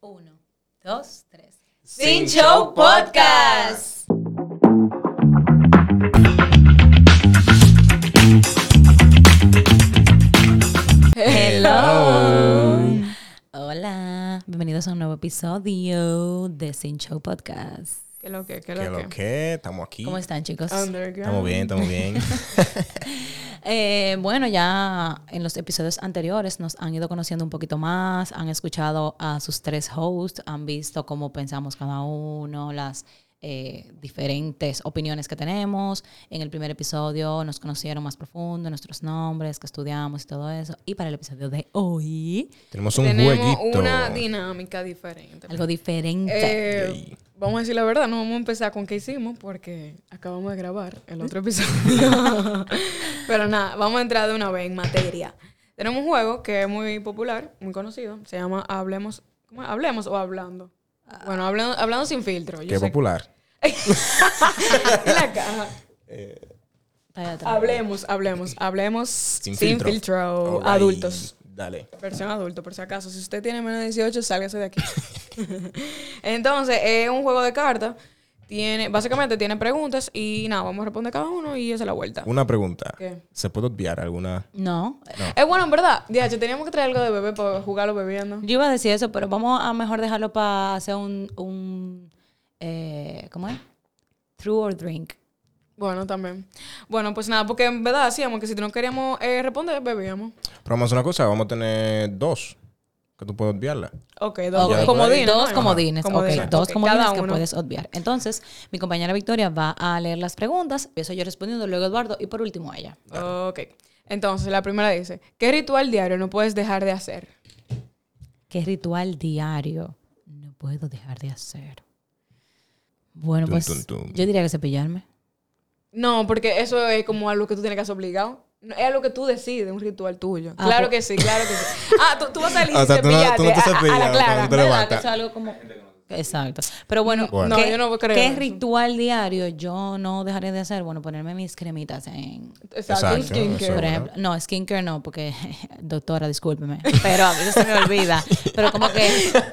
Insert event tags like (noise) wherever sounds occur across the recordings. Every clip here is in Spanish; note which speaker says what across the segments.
Speaker 1: Uno, dos, tres.
Speaker 2: Sin Show Podcast.
Speaker 1: Hello. Hola. Bienvenidos a un nuevo episodio de Sin Show Podcast.
Speaker 2: ¿Qué lo que? ¿Qué
Speaker 3: ¿Qué
Speaker 2: lo
Speaker 3: lo
Speaker 2: que?
Speaker 3: que? Estamos aquí.
Speaker 1: ¿Cómo están, chicos?
Speaker 2: Underground.
Speaker 3: Estamos bien, estamos bien.
Speaker 2: (laughs)
Speaker 1: Eh, bueno, ya en los episodios anteriores nos han ido conociendo un poquito más, han escuchado a sus tres hosts, han visto cómo pensamos cada uno, las eh, diferentes opiniones que tenemos. En el primer episodio nos conocieron más profundo, nuestros nombres, que estudiamos y todo eso. Y para el episodio de hoy,
Speaker 3: Tenemos un
Speaker 2: Tenemos
Speaker 3: jueguito.
Speaker 2: una dinámica diferente.
Speaker 1: algo diferente.
Speaker 2: Eh,
Speaker 3: Yay.
Speaker 2: vamos a decir la verdad, no vamos a empezar con qué hicimos porque acabamos de grabar el otro
Speaker 3: (laughs)
Speaker 2: episodio. Pero nada, vamos a entrar de una vez en materia. Tenemos un juego que es muy popular, muy conocido, se llama Hablemos, ¿cómo es? Hablemos o Hablando. Bueno, hablando, hablando sin filtro.
Speaker 3: Qué
Speaker 2: Yo sé-
Speaker 3: popular.
Speaker 2: (laughs) en la caja.
Speaker 1: Está allá atrás.
Speaker 2: Hablemos, hablemos, hablemos sin, filtro.
Speaker 3: Alright.
Speaker 2: Adultos.
Speaker 3: Dale.
Speaker 2: Versión adulto, por si acaso. Si usted tiene menos de 18, sálgase de aquí. (laughs) Entonces, es un juego de cartas. Tiene, básicamente tiene preguntas y nada, vamos a responder cada uno y esa es la vuelta.
Speaker 3: Una pregunta.
Speaker 2: ¿Qué?
Speaker 3: ¿Se puede obviar alguna?
Speaker 1: No.
Speaker 2: Es bueno, en verdad. Diacho, teníamos que traer algo de bebé para jugarlo bebiendo.
Speaker 1: Yo iba a decir eso, pero vamos a mejor dejarlo para hacer un, un eh, ¿cómo es? True or drink.
Speaker 2: Bueno, también. Bueno, pues nada, porque en verdad hacíamos que si no queríamos eh, responder, bebíamos.
Speaker 3: Pero vamos a hacer una cosa. Vamos a tener dos. Que tú
Speaker 2: (laughs)
Speaker 3: puedes obviarla.
Speaker 2: Ok, dos
Speaker 1: Ok,
Speaker 2: comodines. ¿no?
Speaker 1: Dos
Speaker 2: Ajá.
Speaker 1: comodines, ok, dos
Speaker 2: ok,
Speaker 1: comodines
Speaker 2: cada
Speaker 1: que
Speaker 2: uno.
Speaker 1: puedes obviar. Entonces, mi compañera Victoria va a leer las preguntas, empiezo yo respondiendo, luego Eduardo y por último ella.
Speaker 2: Ok. Entonces, la primera dice, ¿qué ritual diario no puedes dejar de hacer?
Speaker 1: ¿Qué ritual diario no puedo dejar de hacer? Bueno,
Speaker 3: Tum,
Speaker 1: pues
Speaker 3: tum, tum.
Speaker 1: yo diría que cepillarme.
Speaker 2: No, porque eso es como algo que tú tienes que hacer obligado. No, Es algo que tú decides, un ritual tuyo.
Speaker 1: Ah,
Speaker 2: claro
Speaker 1: pues-
Speaker 2: que sí, claro
Speaker 1: (laughs)
Speaker 2: que sí. Ah, tú, tú vas a salir
Speaker 3: O
Speaker 2: y
Speaker 3: sea, tú no- tú no te
Speaker 1: Ah,
Speaker 2: cepillarte a- a, a la
Speaker 3: cepillas,
Speaker 2: clara.
Speaker 3: tú
Speaker 1: ¿Verdad?
Speaker 3: no te-
Speaker 1: Que
Speaker 3: levantas.
Speaker 1: eso es algo como... Exacto. Pero bueno,
Speaker 3: Bueno.
Speaker 1: ¿qué,
Speaker 2: No, yo no creo
Speaker 1: qué
Speaker 2: en eso.
Speaker 1: ritual diario yo no dejaré de hacer? Bueno, ponerme mis cremitas en...
Speaker 2: Exacto, un
Speaker 3: Exacto,
Speaker 2: skincare.
Speaker 3: eso.
Speaker 1: Por
Speaker 3: Pero
Speaker 1: ejemplo, no, skincare no, porque, (laughs) doctora, discúlpeme, pero a veces se me olvida. Pero como que,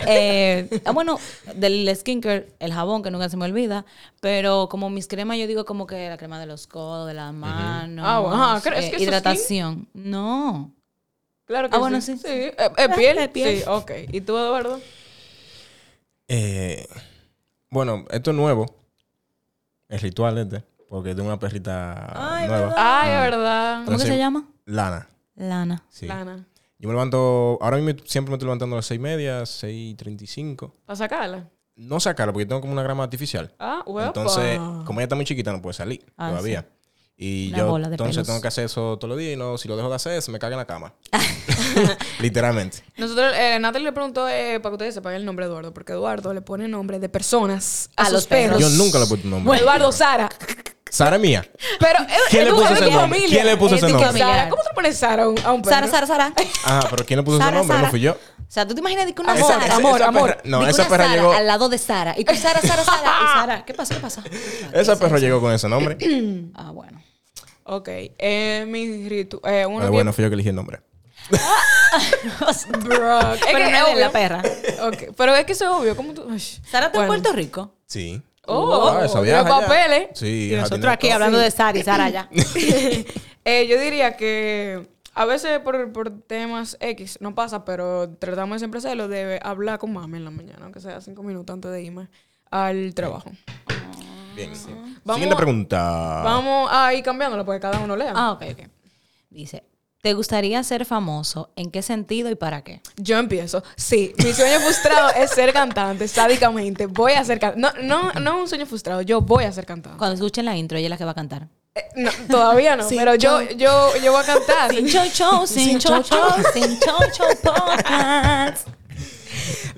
Speaker 1: eh, ah, bueno, del skincare, el jabón, que nunca se me olvida, pero como mis cremas, yo digo como que la crema de los codos, de las manos,
Speaker 2: Ah, bueno, ajá, ¿crees
Speaker 1: eh,
Speaker 2: que eso es skin?
Speaker 1: hidratación. No.
Speaker 2: Claro que
Speaker 1: Ah, bueno, sí.
Speaker 2: Sí, Eh, eh,
Speaker 1: (laughs)
Speaker 2: piel,
Speaker 1: Eh, piel.
Speaker 2: Sí, ok. ¿Y tú, Eduardo?
Speaker 3: Eh, bueno, esto es nuevo. El ritual este. Porque tengo una perrita nueva.
Speaker 2: Ay, es verdad.
Speaker 1: ¿Cómo que se
Speaker 3: Entonces-
Speaker 1: llama?
Speaker 3: Lana.
Speaker 1: Lana.
Speaker 3: Sí.
Speaker 2: Lana.
Speaker 3: Yo me levanto... Ahora mismo siempre me estoy levantando a las seis y media, seis y treinta y cinco.
Speaker 2: ¿Para sacarla?
Speaker 3: No sacarlo porque yo tengo como una grama artificial.
Speaker 2: Ah, huevo.
Speaker 3: Entonces, como ella está muy chiquita, no puede salir
Speaker 1: Ah,
Speaker 3: todavía. Y
Speaker 1: Una
Speaker 3: yo
Speaker 1: bola de
Speaker 3: entonces
Speaker 1: pelos.
Speaker 3: tengo que hacer eso todos los días y no, si lo dejo de hacer, se me caga en
Speaker 1: (laughs)
Speaker 3: la cama. (laughs) Literalmente.
Speaker 2: Nosotros, eh, Natalie le preguntó eh, para que ustedes sepan el nombre de Eduardo, porque Eduardo le pone nombre de personas a,
Speaker 1: A
Speaker 2: sus
Speaker 1: los perros.
Speaker 2: perros.
Speaker 3: Yo nunca le puse un nombre.
Speaker 2: Bueno,
Speaker 3: (laughs)
Speaker 2: Eduardo Sara.
Speaker 3: Sara es mía.
Speaker 2: Pero eh,
Speaker 3: ¿Quién le puso ese nombre? ¿Quién le puso
Speaker 1: Es
Speaker 3: ese
Speaker 1: de
Speaker 3: nombre?
Speaker 1: familia.
Speaker 2: Sara, ¿cómo tú pones Sara a un, a un perro?
Speaker 1: Sara, Sara, Sara.
Speaker 3: Ajá, Ah, pero ¿quién le puso
Speaker 1: Sara,
Speaker 3: ese nombre?
Speaker 1: Sara.
Speaker 3: No fui yo.
Speaker 1: O sea, tú te imaginas de que una
Speaker 2: Amor,
Speaker 1: Sara,
Speaker 2: amor,
Speaker 3: perra-
Speaker 2: amor.
Speaker 3: No,
Speaker 1: de que
Speaker 3: esa
Speaker 1: una
Speaker 3: perra
Speaker 1: Sara
Speaker 3: llegó.
Speaker 1: al lado de Sara. Y tú, Sara, Sara, Sara. Y Sara, ¿qué pasa? ¿Qué pasa?
Speaker 3: Esa perra llegó con
Speaker 1: (clears throat)
Speaker 3: ese nombre.
Speaker 1: Ah, bueno. (laughs)
Speaker 2: Ok, eh, mi ritu- eh, uno
Speaker 3: Pero
Speaker 2: que-
Speaker 3: bueno, fui yo que elegí el nombre.
Speaker 2: Bro, es
Speaker 1: Pero
Speaker 2: que
Speaker 1: no
Speaker 2: es
Speaker 1: es de la
Speaker 2: obvio.
Speaker 1: perra.
Speaker 2: Ok, pero es que eso es obvio. ¿Cómo tú? Ay.
Speaker 1: Sara está
Speaker 2: Bueno.
Speaker 1: en Puerto Rico.
Speaker 3: Sí.
Speaker 2: Oh,
Speaker 3: Ah, esa
Speaker 2: de
Speaker 3: viaja ya.
Speaker 2: papeles.
Speaker 3: Sí,
Speaker 1: ¿eh? Y
Speaker 3: ajá,
Speaker 1: nosotros
Speaker 3: tiene
Speaker 1: aquí
Speaker 3: todo.
Speaker 1: hablando de Sara y Sara
Speaker 3: (laughs)
Speaker 1: allá.
Speaker 2: (laughs) Eh, yo diría que a veces por, por temas X no pasa, pero tratamos de siempre hacerlo de hablar con mami en la mañana, aunque sea cinco minutos antes de irme al trabajo.
Speaker 3: Bien. sí.
Speaker 2: Vamos-
Speaker 3: Siguiente pregunta.
Speaker 2: Vamos a ir cambiándolo porque cada uno lea.
Speaker 1: Ah, ok, ok. Dice, ¿te gustaría ser famoso? ¿En qué sentido y para qué?
Speaker 2: Yo empiezo. Sí, mi sueño frustrado es ser cantante, sádicamente. Voy a ser cantante. No, no, no un sueño frustrado, yo voy a ser cantante.
Speaker 1: Cuando escuchen la intro, ella es la que va a cantar.
Speaker 2: Eh, no, todavía no, pero yo, yo, yo voy
Speaker 1: (laughs)
Speaker 2: a cantar.
Speaker 1: Sin show show, sin show show, sin show show podcast.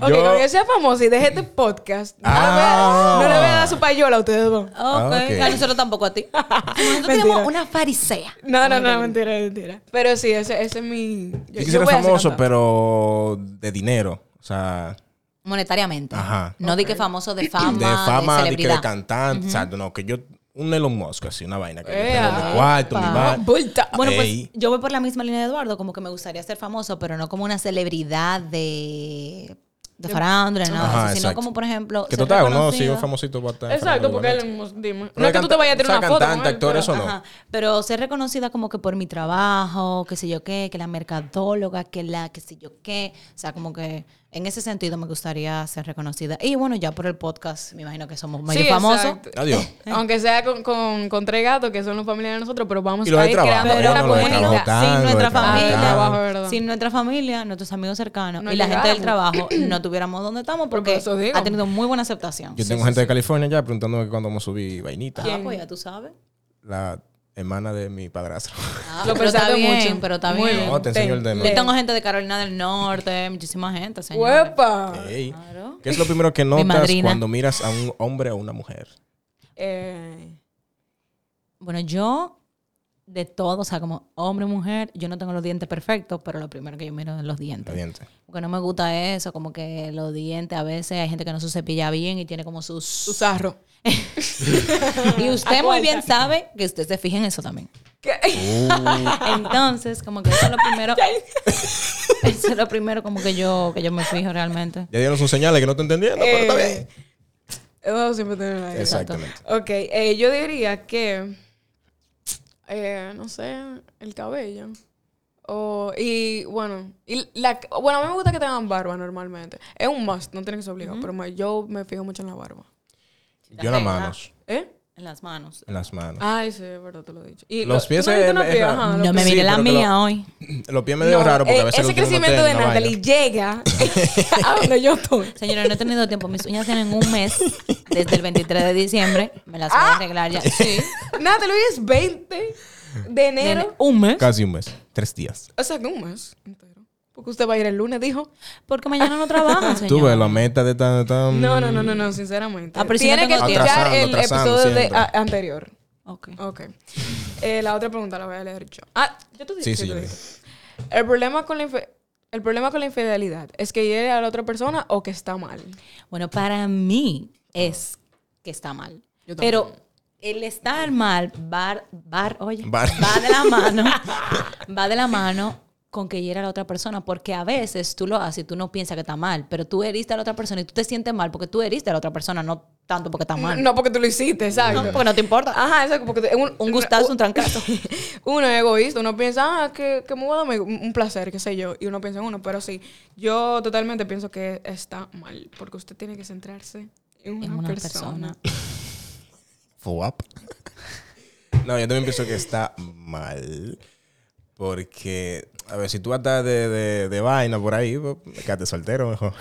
Speaker 2: Ok,
Speaker 3: Yo-
Speaker 2: cuando yo sea famosa y deje este podcast, no, le voy a,
Speaker 3: Ah.
Speaker 2: no le voy a dar su payola a ustedes dos.
Speaker 1: Ok,
Speaker 3: (laughs) Ah, ok.
Speaker 1: a nosotros tampoco
Speaker 3: (laughs)
Speaker 1: a ti. Nosotros tenemos una farisea.
Speaker 2: No, no, no, mentira, mentira. Pero sí, ese, ese es mi.
Speaker 3: Yo quisiera
Speaker 2: voy a ser
Speaker 3: famoso,
Speaker 2: cantante.
Speaker 3: pero de dinero. O sea,
Speaker 1: Monetariamente.
Speaker 3: Ajá.
Speaker 1: No di que famoso de fama, de,
Speaker 3: de fama, de, que
Speaker 1: celebridad.
Speaker 3: de cantante. Exacto, no, que yo. Un Elon Musk, así, una vaina. Que
Speaker 2: Eh,
Speaker 3: yo tengo
Speaker 2: ah,
Speaker 3: mi cuarto, mi
Speaker 1: pa.
Speaker 3: bar.
Speaker 2: Bulta.
Speaker 1: Bueno,
Speaker 3: Ey.
Speaker 1: pues yo voy por la misma línea de Eduardo, como que me gustaría ser famoso, pero no como una celebridad de de farándula, ni nada de
Speaker 3: Ajá,
Speaker 1: eso, sino
Speaker 3: exacto.
Speaker 1: como por ejemplo.
Speaker 3: Que
Speaker 1: ser
Speaker 3: total, uno
Speaker 1: reconocido.
Speaker 3: sigue famosito para estar en
Speaker 2: Exacto,
Speaker 3: farándula,
Speaker 2: porque
Speaker 3: ¿no?
Speaker 2: él mismo, dime.
Speaker 3: Eh, Pero
Speaker 2: No es que tú
Speaker 3: canta-
Speaker 2: te vayas a tirar
Speaker 3: o sea,
Speaker 2: una foto.
Speaker 3: cantante,
Speaker 2: con él,
Speaker 3: actor,
Speaker 2: pero-
Speaker 3: eso no.
Speaker 1: Ajá, pero ser reconocida como que por mi trabajo, que sé yo qué, que la mercadóloga, que la, que sé yo qué. O sea, como que en ese sentido me gustaría ser reconocida. Y bueno, ya por el podcast, me imagino que somos medio
Speaker 2: Sí,
Speaker 1: famosos.
Speaker 2: exacto.
Speaker 3: Adiós.
Speaker 1: Eh.
Speaker 2: Aunque sea con, con, con tres gatos, que son los familiares de nosotros, pero vamos
Speaker 3: Y los
Speaker 2: a
Speaker 3: de
Speaker 2: ir
Speaker 3: trabajo,
Speaker 2: creando
Speaker 3: Pero
Speaker 2: una
Speaker 3: bueno, los de
Speaker 2: comunidad.
Speaker 3: trabajo tan-
Speaker 1: sin
Speaker 3: lo de
Speaker 1: nuestra
Speaker 3: trabajo
Speaker 1: familia,
Speaker 3: tan. Trabajo,
Speaker 2: ¿verdad?
Speaker 1: sin nuestra familia, nuestros amigos cercanos
Speaker 2: No
Speaker 1: y la gente del
Speaker 2: llegáramos.
Speaker 1: trabajo, (clears throat) no tuviéramos donde estamos
Speaker 2: Pero por
Speaker 1: porque
Speaker 2: eso digo.
Speaker 1: ha tenido muy buena aceptación.
Speaker 3: Yo tengo gente de California ya preguntándome que cuándo vamos a subir vainita.
Speaker 1: Ah, pues ya tú sabes.
Speaker 3: La hermana de mi padrastro.
Speaker 1: Ah,
Speaker 2: Lo
Speaker 1: pero está
Speaker 2: pensaste
Speaker 1: bien,
Speaker 2: mucho.
Speaker 1: pero está
Speaker 2: Muy
Speaker 1: bien.
Speaker 3: No, te enseño
Speaker 2: Ten-
Speaker 3: el demo.
Speaker 1: Yo tengo gente de Carolina del Norte, muchísima gente, señor.
Speaker 2: ¡Huepa!
Speaker 3: (laughs) Ey,
Speaker 1: Claro.
Speaker 3: ¿Qué es lo primero que notas
Speaker 1: madrina.
Speaker 3: cuando miras a un hombre o una mujer?
Speaker 2: Eh,
Speaker 1: Bueno, yo de todo, o sea, como hombre, mujer, yo no tengo los dientes perfectos, pero lo primero que yo miro es los
Speaker 3: La
Speaker 1: dientes.
Speaker 3: diente.
Speaker 1: Porque no me gusta eso, como que los dientes, a veces hay gente que no se cepilla bien y tiene como
Speaker 3: (laughs)
Speaker 2: su
Speaker 1: sus...
Speaker 2: sarro.
Speaker 3: Ah,
Speaker 1: Y usted muy bien sabe que usted se fije en eso
Speaker 3: (laughs)
Speaker 1: también.
Speaker 2: ¿Qué?
Speaker 3: Uh. Ah.
Speaker 1: Entonces, como que eso es lo
Speaker 3: (laughs)
Speaker 1: primero... (laughs) Eso es lo primero como que yo, que yo me fijo realmente.
Speaker 3: Ya dieron sus señales que no te entendiendo, pero está bien.
Speaker 2: (laughs) Eso siempre tiene una idea.
Speaker 3: Exactamente.
Speaker 2: Ok, eh, yo diría que. eh, no sé, el cabello. O, y bueno, y la, bueno, a mí me gusta que tengan barba normalmente. Es un must, no tiene que ser obligado, pero me- yo me fijo mucho en la barba.
Speaker 3: Yo en las manos.
Speaker 2: ¿Eh?
Speaker 1: En las manos.
Speaker 3: En las manos.
Speaker 2: Ay, sí, es verdad, te lo he dicho. Y
Speaker 3: Los
Speaker 2: lo-
Speaker 3: pies
Speaker 2: ¿tú no viste
Speaker 3: es-
Speaker 2: una
Speaker 3: es
Speaker 2: piel?
Speaker 3: raro.
Speaker 2: Ajá, los
Speaker 1: No me
Speaker 3: Sí,
Speaker 1: mire la
Speaker 3: pero que Ah, lo-
Speaker 1: mía hoy.
Speaker 3: Los pies medio
Speaker 2: No,
Speaker 3: raro porque
Speaker 2: eh,
Speaker 3: a veces
Speaker 2: ese
Speaker 3: los tenemos
Speaker 2: crecimiento de
Speaker 3: en la vaina.
Speaker 2: Natalie
Speaker 3: (laughs)
Speaker 2: llega (laughs) a donde yo estoy.
Speaker 1: Señora, no he tenido tiempo. Mis uñas tienen un mes desde el 23 de diciembre. Me las
Speaker 3: Ah.
Speaker 1: voy a arreglar ya. Sí.
Speaker 2: Natalie hoy es 20 de enero.
Speaker 1: Tiene un mes.
Speaker 3: Casi un mes. Tres días.
Speaker 2: O sea, que un mes entero. Porque usted va a ir el lunes, dijo.
Speaker 1: Porque mañana no trabaja, señor.
Speaker 3: Tú ves la meta de tan... tan-
Speaker 2: No, no, no, no, no, sinceramente.
Speaker 1: Ah, pero si
Speaker 2: Tiene
Speaker 1: no
Speaker 2: que
Speaker 1: tengo tiempo.
Speaker 2: escuchar
Speaker 3: Atrasando,
Speaker 2: el
Speaker 3: atrasando
Speaker 2: episodio de,
Speaker 3: siempre.
Speaker 2: a- anterior.
Speaker 1: Ok.
Speaker 2: Ok. Eh, la otra pregunta la voy a leer yo. Ah, yo te dije.
Speaker 3: Sí, sí,
Speaker 2: yo
Speaker 3: yo
Speaker 2: te
Speaker 3: dije.
Speaker 2: dije. El problema con la infe- el problema con la infidelidad es que hiere a la otra persona o que está mal.
Speaker 1: Bueno, para mí es que está mal.
Speaker 2: Yo también.
Speaker 1: Pero el estar mal, bar, bar, oye,
Speaker 3: Bar.
Speaker 1: va de la mano, va de la mano con que hiera a la otra persona, porque a veces tú lo haces y tú no piensas que está mal, pero tú heriste a la otra persona y tú te sientes mal porque tú heriste a la otra persona, no tanto porque está mal.
Speaker 2: No porque tú lo hiciste, ¿sabes?
Speaker 1: No, porque no te importa.
Speaker 2: Ajá, eso porque te- un,
Speaker 1: Un gustazo, un trancazo.
Speaker 2: (laughs) uno es egoísta, uno piensa, ah, que, que me voy a dar un un placer, qué sé yo, y uno piensa en uno, pero sí, yo totalmente pienso que está mal, porque usted tiene que centrarse en una,
Speaker 1: en una persona.
Speaker 2: persona.
Speaker 3: Fuap. (laughs) No, yo también pienso que está mal. Porque, a ver, si tú andas de, de, de vaina por ahí, pues, quédate soltero mejor.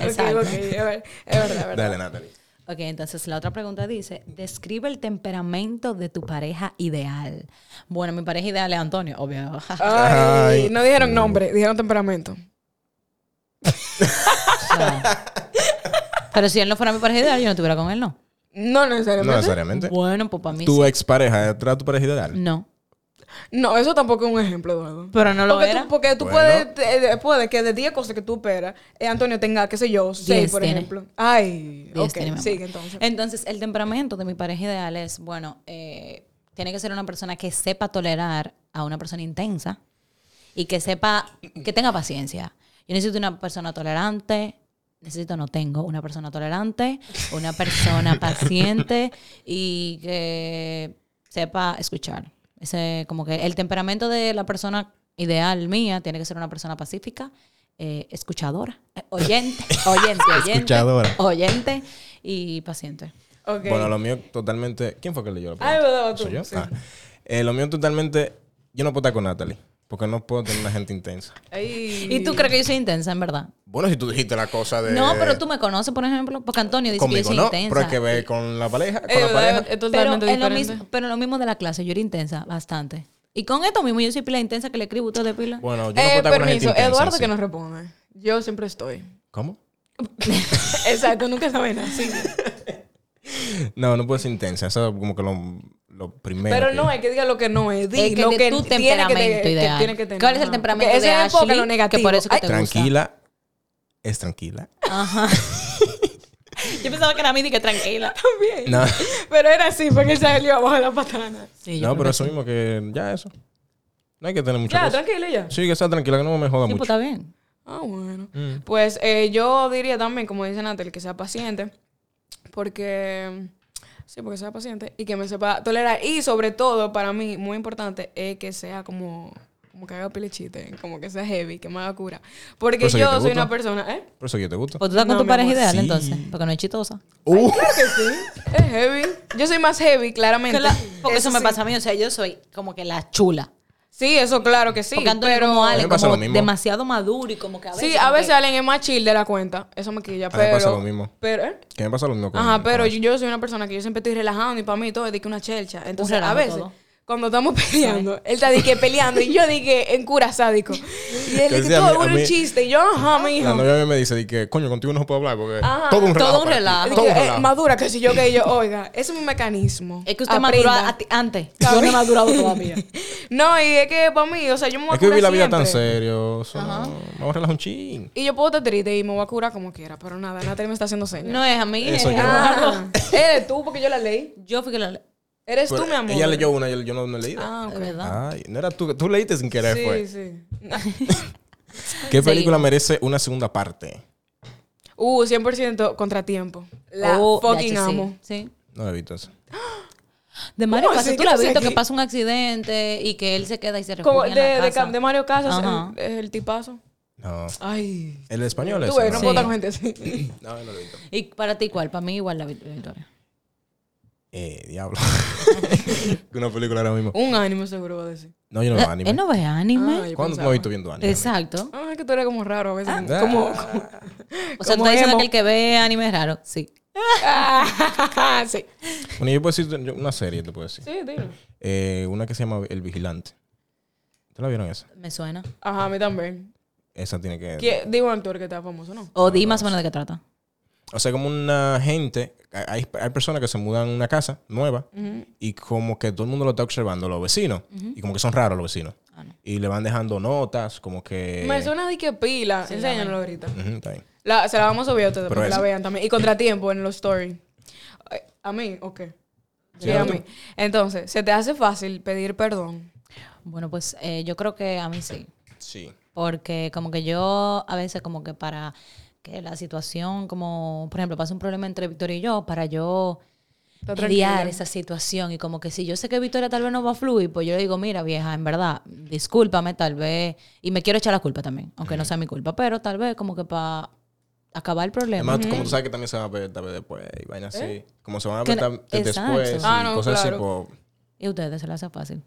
Speaker 1: Exacto.
Speaker 2: Ok, ok, es ver- es verdad, es verdad.
Speaker 3: (laughs) Dale, Natalie.
Speaker 1: Ok, entonces la otra pregunta dice, describe el temperamento de tu pareja ideal. Bueno, mi pareja ideal es Antonio, obvio.
Speaker 2: Ay,
Speaker 3: Ay.
Speaker 2: no dijeron nombre, dijeron temperamento.
Speaker 1: O sea, pero si él no fuera mi pareja ideal, yo no estuviera con él, ¿no?
Speaker 2: No
Speaker 3: No
Speaker 2: necesariamente.
Speaker 3: necesariamente.
Speaker 1: Bueno, pues para mí
Speaker 3: Tu
Speaker 1: sí.
Speaker 3: expareja, ¿era tu pareja
Speaker 2: Mm,
Speaker 3: ideal?
Speaker 1: No,
Speaker 2: No, eso tampoco es un ejemplo, Eduardo.
Speaker 1: pero no lo
Speaker 2: porque
Speaker 1: era.
Speaker 2: Tú, porque tú
Speaker 3: Bueno.
Speaker 2: puedes, te- eh, puede que de 10 cosas que tú operas, eh, Antonio tenga, qué sé yo, 6,
Speaker 1: Diez
Speaker 2: por
Speaker 1: tiene.
Speaker 2: ejemplo. Ay,
Speaker 1: Diez
Speaker 2: ok,
Speaker 1: tiene, mi amor.
Speaker 2: sigue entonces.
Speaker 1: Entonces, el temperamento de mi pareja ideal es, bueno, eh, tiene que ser una persona que sepa tolerar a una persona intensa y que sepa, que tenga paciencia. Yo necesito una persona tolerante, necesito, no tengo, una persona tolerante, una
Speaker 3: (laughs)
Speaker 1: persona paciente y que sepa escuchar. Ese, como que el temperamento de la persona ideal mía tiene que ser una persona pacífica, eh, escuchadora, eh,
Speaker 3: (laughs)
Speaker 1: oyente, oyente, oyente.
Speaker 3: Escuchadora.
Speaker 1: Oyente y paciente.
Speaker 2: Ok.
Speaker 3: Bueno, lo mío totalmente. ¿Quién fue que leyó la
Speaker 2: Ay,
Speaker 3: pregunta?
Speaker 2: verdad, tú.
Speaker 3: ¿Soy yo?
Speaker 2: sí.
Speaker 3: Ah. Eh, lo mío totalmente. Yo no puedo estar con Natalie. Porque no puedo tener una gente intensa.
Speaker 2: Ay.
Speaker 1: ¿Y tú crees que yo soy intensa, en verdad?
Speaker 3: Bueno, si tú dijiste la cosa de.
Speaker 1: No, pero tú me conoces, por ejemplo, porque Antonio dice que yo
Speaker 3: Pues, Conmigo
Speaker 1: soy
Speaker 3: no,
Speaker 1: intensa.
Speaker 3: pero es que ve con la pareja, con
Speaker 2: Eh,
Speaker 3: la pareja.
Speaker 2: ¿verdad? Es
Speaker 1: pero,
Speaker 2: totalmente
Speaker 1: en lo
Speaker 2: diferente.
Speaker 1: mismo, pero en lo mismo de la clase, yo era intensa bastante. Y con esto mismo, yo soy pila intensa que le escribo usted de pila.
Speaker 3: Bueno, yo no puedo
Speaker 2: Eh,
Speaker 3: estar con una gente
Speaker 2: permiso,
Speaker 3: intensa.
Speaker 2: Eduardo
Speaker 3: sí.
Speaker 2: que nos responde. Yo siempre estoy.
Speaker 3: ¿Cómo?
Speaker 2: (laughs) Exacto, nunca saben así.
Speaker 3: No, no puede ser intensa. Eso es como que lo, lo primero.
Speaker 2: Pero
Speaker 3: que-
Speaker 2: no, hay que diga lo que no es. Di
Speaker 1: Es que
Speaker 2: lo
Speaker 1: de
Speaker 2: que
Speaker 1: tu
Speaker 2: tiene que,
Speaker 1: temperamento
Speaker 2: que
Speaker 1: ideal.
Speaker 2: tiene que tener.
Speaker 1: ¿Cuál es el
Speaker 2: ajá.
Speaker 1: temperamento
Speaker 2: Porque
Speaker 1: de
Speaker 2: ese enfoca
Speaker 1: Ashley?
Speaker 2: lo
Speaker 1: Que
Speaker 2: negativo.
Speaker 1: por eso que
Speaker 2: Ay,
Speaker 1: te
Speaker 3: Tranquila. Es tranquila.
Speaker 1: Ajá. yo pensaba que era mí, que tranquila.
Speaker 2: también.
Speaker 3: No,
Speaker 2: (laughs) Pero era así, porque él salió abajo de la patana.
Speaker 1: (laughs) Sí, yo creo
Speaker 3: no pero
Speaker 1: que
Speaker 3: eso mismo que ya eso. No hay que tener mucha
Speaker 2: Ya,
Speaker 3: cosa.
Speaker 2: tranquilo ya.
Speaker 3: Sí, que sea tranquila, que no me joda
Speaker 1: sí, pues
Speaker 3: mucho.
Speaker 1: está bien.
Speaker 2: Ah, bueno.
Speaker 3: Mm.
Speaker 2: Pues eh, yo diría también, como dice Natal, que sea paciente. Porque. Sí, porque sea paciente y que me sepa tolerar. Y sobre todo, para mí, muy importante, es que sea como. Como que haga pelichite, como que sea heavy, que me haga cura. Porque
Speaker 3: Pues, oye,
Speaker 2: yo
Speaker 3: ¿te
Speaker 2: soy
Speaker 3: gusta?
Speaker 2: una persona. ¿Eh?
Speaker 3: Por eso que yo te gusto.
Speaker 1: Pues tú estás con
Speaker 2: No,
Speaker 1: tu
Speaker 2: mi
Speaker 1: pareja
Speaker 2: amor.
Speaker 1: ideal
Speaker 3: Sí.
Speaker 1: entonces, porque no es chistosa.
Speaker 3: Uh,
Speaker 2: Claro que sí. Es heavy. Yo soy más heavy, claramente.
Speaker 1: porque eso, me
Speaker 2: sí.
Speaker 1: pasa a mí, o sea, yo soy como que la chula.
Speaker 2: Sí, eso claro que sí.
Speaker 1: porque Antonio
Speaker 2: pero...
Speaker 1: como
Speaker 3: A mí
Speaker 1: Ale,
Speaker 3: me pasa
Speaker 1: como
Speaker 3: lo mismo.
Speaker 1: demasiado maduro y como que a veces...
Speaker 2: Sí, a
Speaker 1: como
Speaker 2: veces
Speaker 1: que-
Speaker 2: alguien es más chill de la cuenta. Eso me quilla,
Speaker 3: mí
Speaker 2: pero...
Speaker 3: me pasa lo mismo.
Speaker 2: Pero, ¿eh?
Speaker 3: que me pasa lo mismo con-
Speaker 2: Ajá, pero
Speaker 3: con-
Speaker 2: yo, yo soy una persona que yo siempre estoy relajando y para mí todo es de que una chelcha. Entonces, a
Speaker 1: relajo
Speaker 2: veces,
Speaker 1: todo.
Speaker 2: cuando estamos (laughs) peleando, él está de que peleando y yo de que en cura sádico. Y él
Speaker 3: Que
Speaker 2: de que
Speaker 3: sea, a
Speaker 2: todo
Speaker 3: mí- a
Speaker 2: un
Speaker 3: mí-
Speaker 2: chiste. Y yo, ajá, mi
Speaker 3: La
Speaker 2: hijo.
Speaker 3: novia mía me dice, de que, coño, contigo no se puede hablar porque
Speaker 2: Ajá,
Speaker 3: todo un relajo.
Speaker 1: todo un
Speaker 3: para ti,
Speaker 1: relajo.
Speaker 3: Todo un relajo.
Speaker 2: madura, que eh, si yo, que yo, oiga, ese es mi mecanismo.
Speaker 1: Es que usted
Speaker 2: Aprenda.
Speaker 1: maduró a ti- (laughs) antes. Yo no he
Speaker 2: (laughs)
Speaker 1: madurado todavía.
Speaker 2: No, y es que para mí, o sea, yo me voy a
Speaker 3: Es que viví
Speaker 2: curar
Speaker 3: la vida tan
Speaker 2: siempre.
Speaker 3: serio. eso no- Vamos a relajar un ching.
Speaker 2: Y yo puedo estar triste y me voy a curar como quiera, pero nada, Natalia me está haciendo señas.
Speaker 1: No es a mí,
Speaker 3: Eso
Speaker 1: es
Speaker 3: yo.
Speaker 1: Eduardo.
Speaker 2: Ah, eres tú, porque yo la leí.
Speaker 1: Yo fui que la...
Speaker 2: Eres tú,
Speaker 3: Pero
Speaker 2: mi amor.
Speaker 3: Ella leyó una, yo, yo no, no he leído.
Speaker 2: Ah,
Speaker 1: Es
Speaker 2: ok.
Speaker 1: verdad.
Speaker 3: Ay, no era tú. Tú leíste sin querer,
Speaker 2: Sí,
Speaker 3: fue.
Speaker 2: sí.
Speaker 3: ¿Qué película merece una segunda parte?
Speaker 2: Uh, 100% contratiempo. La
Speaker 1: Oh,
Speaker 2: fucking
Speaker 1: ya, sí,
Speaker 2: amo.
Speaker 1: Sí.
Speaker 3: No la he visto esa.
Speaker 1: De Mario
Speaker 2: ¿Cómo
Speaker 1: Casas,
Speaker 2: así?
Speaker 1: tú
Speaker 2: ¿Qué
Speaker 1: la has
Speaker 2: pasa
Speaker 1: visto
Speaker 2: aquí?
Speaker 1: que pasa un accidente y que él se queda y se refugia
Speaker 2: Como de,
Speaker 1: en la
Speaker 2: de,
Speaker 1: casa.
Speaker 2: Cam- de Mario Casas,
Speaker 1: Ajá.
Speaker 2: el, el tipazo.
Speaker 3: No.
Speaker 2: Ay.
Speaker 3: El español es.
Speaker 2: Tú ves, no
Speaker 1: Sí.
Speaker 2: puedo estar con gente así. (laughs)
Speaker 3: No, no lo he visto.
Speaker 1: ¿Y para ti cuál? Para mí igual la vi- Victoria.
Speaker 3: Eh, diablo. (laughs) una película ahora mismo.
Speaker 2: Un anime seguro va a decir.
Speaker 3: No, yo no veo anime.
Speaker 1: Él no ve anime.
Speaker 2: Ah, Eh, yo
Speaker 3: ¿Cuándo
Speaker 2: pensaba.
Speaker 3: me he visto viendo anime?
Speaker 1: Exacto.
Speaker 2: Ah, que tú eres como raro a veces.
Speaker 3: Ah. (laughs)
Speaker 2: Como...
Speaker 1: O sea, tú
Speaker 2: Como
Speaker 1: estás diciendo
Speaker 2: emo.
Speaker 1: que el que ve anime es raro. Sí.
Speaker 2: Ah, (laughs) sí.
Speaker 3: Bueno, yo puedo decir yo- una serie, te puedo decir.
Speaker 2: Sí, dilo.
Speaker 3: Eh, una que se llama El Vigilante. ¿Ustedes la vieron esa?
Speaker 1: Me suena.
Speaker 2: Ajá, a mí también.
Speaker 3: Esa tiene que...
Speaker 2: ¿Qué- Digo un actor que está famoso, ¿no?
Speaker 1: O di más o menos de qué trata.
Speaker 3: O sea, como una gente, hay, hay personas que se mudan a una casa nueva y como que todo el mundo lo está observando, los vecinos, y como que son raros los vecinos.
Speaker 1: Ah, no.
Speaker 3: Y le van dejando notas, como que...
Speaker 2: Me suena de que pila. Enséñanoslo ahorita.
Speaker 3: Ujú, está bien.
Speaker 2: La- se la vamos a subir a ustedes
Speaker 3: Pero
Speaker 2: para que la
Speaker 3: eso-
Speaker 2: vean también. Y contratiempo en los stories. Ay, ¿A mí? ¿O qué?
Speaker 3: Sí,
Speaker 2: Sí, a
Speaker 3: a
Speaker 2: mí. Entonces, ¿se te hace fácil pedir perdón?
Speaker 1: Bueno, pues eh, yo creo que a mí sí.
Speaker 3: Sí.
Speaker 1: Porque como que yo a veces como que para que la situación como, por ejemplo, pasa un problema entre Victoria y yo, para yo
Speaker 2: Está
Speaker 1: mediar
Speaker 2: tranquila.
Speaker 1: esa situación y como que si yo sé que Victoria tal vez no va a fluir, pues yo le digo, mira vieja, en verdad, discúlpame tal vez, y me quiero echar la culpa también, aunque no sea mi culpa, pero tal vez como que para acabar el problema.
Speaker 3: Además, como tú sabes que también se van a ver tal vez después y vainas así. Como se van a ver
Speaker 1: Que-
Speaker 3: tam-
Speaker 1: exacto.
Speaker 3: después y
Speaker 2: Ah, no,
Speaker 3: cosas así,
Speaker 2: claro.
Speaker 3: pues,
Speaker 1: Y a ustedes se lo hace fácil.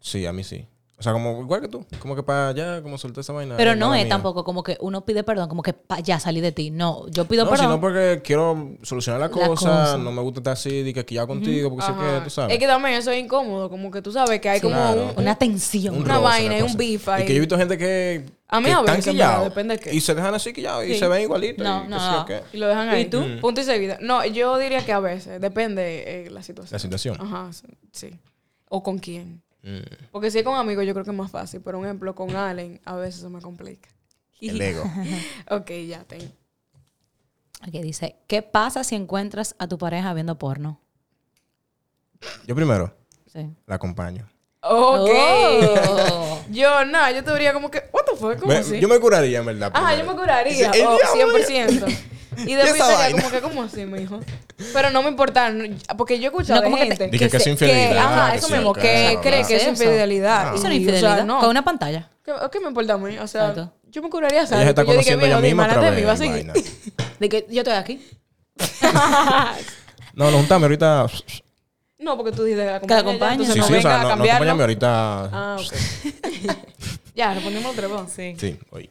Speaker 3: Sí, a mí sí. O sea, como igual que tú. Como que para allá, como solté esa vaina.
Speaker 1: Pero
Speaker 3: ay,
Speaker 1: no
Speaker 3: mala
Speaker 1: es
Speaker 3: mía.
Speaker 1: tampoco como que uno pide perdón, como que pa, ya salí de ti. No, yo pido
Speaker 3: No,
Speaker 1: perdón.
Speaker 3: sino porque quiero solucionar la cosa,
Speaker 1: cosa.
Speaker 3: No me gusta estar así, de que aquí ya contigo, porque sé
Speaker 2: Ajá.
Speaker 3: que tú sabes.
Speaker 2: Es que también eso es incómodo. Como que tú sabes que hay como
Speaker 3: Claro.
Speaker 2: un...
Speaker 1: Una tensión.
Speaker 2: una
Speaker 3: roce,
Speaker 2: vaina, un
Speaker 3: cosa.
Speaker 2: beef
Speaker 3: Y
Speaker 2: ahí.
Speaker 3: que yo he visto gente que.
Speaker 2: A mí
Speaker 3: que
Speaker 2: a
Speaker 3: están
Speaker 2: veces, en
Speaker 3: quillados
Speaker 2: verdad, depende de qué.
Speaker 3: Y se dejan así quillados y
Speaker 1: Sí.
Speaker 3: se ven igualitos.
Speaker 1: No,
Speaker 3: y
Speaker 1: no,
Speaker 3: qué sé
Speaker 1: no.
Speaker 3: yo qué.
Speaker 2: Y lo dejan ahí.
Speaker 1: ¿Y tú?
Speaker 2: Mm. Punto y seguida. No, yo diría que a veces. Depende eh, la situación.
Speaker 3: La situación.
Speaker 2: Ajá, sí. O con quién.
Speaker 3: Mm,
Speaker 2: Porque si es con amigos yo creo que es más fácil. Por ejemplo, con Allen a veces se me complica.
Speaker 3: El ego.
Speaker 2: ok, ya tengo.
Speaker 1: Aquí dice, ¿qué pasa si encuentras a tu pareja viendo porno?
Speaker 3: Yo primero
Speaker 1: Sí.
Speaker 3: la acompaño.
Speaker 2: Ok. (laughs)
Speaker 1: Oh.
Speaker 2: Yo, no, yo te diría como que, what the fuck, ¿cómo
Speaker 3: Me-
Speaker 2: así?
Speaker 3: Yo me curaría, en verdad.
Speaker 2: Ajá, yo
Speaker 3: primero.
Speaker 2: me curaría,
Speaker 3: Sí,
Speaker 2: oh,
Speaker 3: el diablo. (laughs)
Speaker 2: 100%. Y después
Speaker 3: esa
Speaker 2: yo estaría
Speaker 3: vaina?
Speaker 2: como que, ¿cómo así, mijo? Pero no me importa, no- porque yo he escuchado
Speaker 1: No, como
Speaker 2: de
Speaker 1: que te-
Speaker 2: gente...
Speaker 3: Dije que, es
Speaker 1: se-
Speaker 3: infidelidad.
Speaker 1: que-
Speaker 2: Ajá,
Speaker 3: que
Speaker 2: eso
Speaker 3: sí,
Speaker 2: mismo,
Speaker 3: que
Speaker 2: que
Speaker 3: eso,
Speaker 2: cree
Speaker 3: ¿verdad?
Speaker 2: que es
Speaker 1: Eso.
Speaker 2: infidelidad.
Speaker 1: Ah. Eso
Speaker 2: Y,
Speaker 1: no
Speaker 2: o
Speaker 1: es infidelidad.
Speaker 2: sea, no.
Speaker 1: Con una pantalla.
Speaker 2: ¿Qué, qué me importa a mí? O sea,
Speaker 1: Exacto.
Speaker 2: yo me curaría
Speaker 3: Ella se
Speaker 2: ¿sabes?
Speaker 3: está
Speaker 2: Yo dije,
Speaker 3: conociendo ella
Speaker 2: viejo, dime,
Speaker 3: misma otra
Speaker 2: me va a
Speaker 3: vez.
Speaker 2: seguir.
Speaker 3: vaina.
Speaker 1: De que yo estoy aquí.
Speaker 3: No, nos juntamos ahorita. Sí,
Speaker 2: (laughs) No, porque tú dices,
Speaker 1: Que la
Speaker 2: acompáñame ya,
Speaker 1: acompañe.
Speaker 2: entonces
Speaker 3: sí,
Speaker 2: no
Speaker 3: o
Speaker 2: venga
Speaker 3: sea,
Speaker 2: a
Speaker 3: no, no
Speaker 2: cambiarlo.
Speaker 3: acompáñame ahorita.
Speaker 2: Ah, ok.
Speaker 1: (laughs)
Speaker 2: ya, respondimos otra vez. Sí.
Speaker 3: Sí, oye.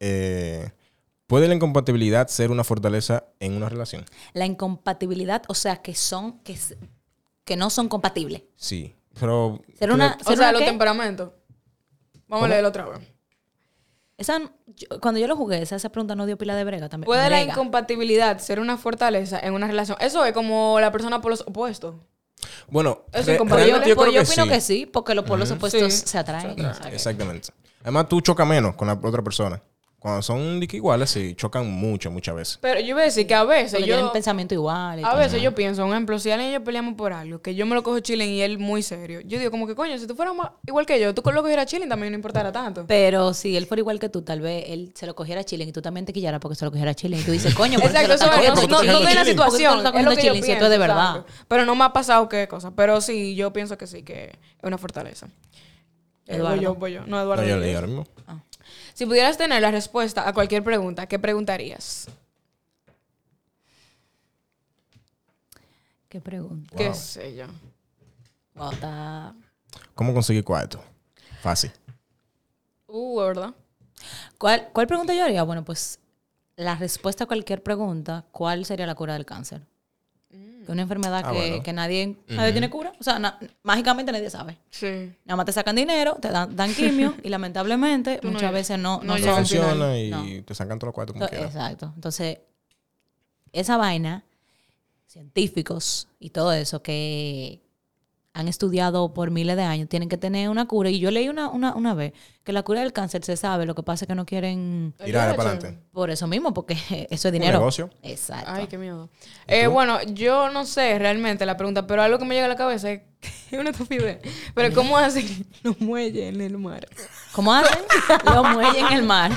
Speaker 3: Eh, ¿Puede la incompatibilidad ser una fortaleza en una relación?
Speaker 1: La incompatibilidad, o sea, que son, que, s- que no son compatibles.
Speaker 3: Sí. Pero.
Speaker 1: Ser una,
Speaker 2: O
Speaker 1: ser
Speaker 2: sea,
Speaker 1: una
Speaker 2: los
Speaker 1: qué?
Speaker 2: temperamentos. Vamos a leerlo otra vez.
Speaker 1: Esa n- yo- cuando yo lo jugué, esa, esa pregunta no dio pila de brega también.
Speaker 2: ¿Puede la
Speaker 1: Brega.
Speaker 2: incompatibilidad ser una fortaleza en una relación? Eso es como la persona por los opuestos.
Speaker 3: Bueno,
Speaker 2: Es
Speaker 3: re-
Speaker 2: incompatible.
Speaker 1: Pues yo,
Speaker 3: realmente yo
Speaker 1: pues
Speaker 3: creo
Speaker 1: yo
Speaker 3: que
Speaker 1: opino
Speaker 3: sí.
Speaker 1: que sí, porque los polos opuestos
Speaker 2: Sí.
Speaker 3: Ah,
Speaker 1: se atraen.
Speaker 3: Exactamente. Además, tú chocas menos con la otra persona. Cuando son de que iguales, sí, chocan mucho, muchas veces.
Speaker 2: Pero yo iba a decir que a veces
Speaker 1: Porque
Speaker 2: yo...
Speaker 1: tienen pensamiento igual. y
Speaker 2: A
Speaker 1: todo.
Speaker 2: veces yo pienso, un ejemplo, si alguien y yo peleamos por algo, que yo me lo cojo chilling y él muy serio. Yo digo, como que coño, si tú fueras más- igual que yo, tú lo cogieras chilling también no importara tanto.
Speaker 1: Pero si él fuera igual que tú, tal vez él se lo cogiera a Chile y tú también te quillaras porque se lo cogiera a Chile. Y tú dices, coño, pero
Speaker 2: Exacto,
Speaker 1: se lo está
Speaker 2: eso es,
Speaker 1: cogiendo
Speaker 2: no,
Speaker 1: porque tú
Speaker 2: no,
Speaker 1: estás
Speaker 2: no de la
Speaker 1: cogiendo chilling,
Speaker 2: situación.
Speaker 1: porque tú
Speaker 2: Es lo
Speaker 1: estás
Speaker 2: que yo
Speaker 1: cogiendo chilling, si esto es de
Speaker 2: pienso,
Speaker 1: verdad.
Speaker 2: exacto. Pero no me ha pasado qué cosa. Pero sí, yo pienso que sí, que es una fortaleza. Eh,
Speaker 1: Eduardo.
Speaker 2: Voy yo, voy yo. No, Eduardo.
Speaker 3: No, yo
Speaker 2: voy
Speaker 3: leí
Speaker 2: yo.
Speaker 3: ahora mismo.
Speaker 2: Ah. Si pudieras tener la respuesta a cualquier pregunta, ¿qué preguntarías?
Speaker 1: Qué pregunta.
Speaker 2: ¿Qué
Speaker 3: Wow.
Speaker 2: sé yo?
Speaker 1: Wow, está-
Speaker 3: ¿Cómo conseguir cuarto? Fácil.
Speaker 2: Uh, ¿verdad?
Speaker 1: ¿Cuál, ¿Cuál pregunta yo haría? Bueno, pues la respuesta a cualquier pregunta, ¿cuál sería la cura del cáncer?
Speaker 2: Mm.
Speaker 1: Que Una enfermedad
Speaker 3: Ah,
Speaker 1: que,
Speaker 3: bueno.
Speaker 1: que nadie, nadie tiene cura. O sea, na- mágicamente nadie sabe.
Speaker 2: Sí.
Speaker 1: Nada más te sacan dinero, te dan, dan
Speaker 2: (laughs)
Speaker 1: quimio y lamentablemente
Speaker 2: no
Speaker 1: muchas
Speaker 2: llegas.
Speaker 1: veces no,
Speaker 2: No
Speaker 1: no,
Speaker 3: No
Speaker 2: llegas.
Speaker 1: son.
Speaker 2: al final,
Speaker 3: funciona y te sacan todos los cuartos como
Speaker 1: Ento-
Speaker 3: quieras.
Speaker 1: Exacto. Entonces, esa vaina, científicos y todo eso que han estudiado por miles de años, tienen que tener una cura. Y yo leí una, una, una vez que la cura del cáncer se sabe, lo que pasa es que no quieren
Speaker 3: Tirar
Speaker 2: Yo,
Speaker 3: para
Speaker 2: de hecho,
Speaker 3: adelante.
Speaker 1: por eso mismo, porque (laughs) eso es dinero.
Speaker 3: negocio.
Speaker 1: Exacto.
Speaker 2: Ay, qué miedo. Eh, bueno, yo no sé realmente la pregunta, pero algo que (laughs) me llega a la cabeza es es una estupidez. Pero ¿cómo hacen (laughs) los muelles en el mar?
Speaker 1: ¿Cómo hacen? Lo muellen en el
Speaker 2: (laughs)
Speaker 1: mar.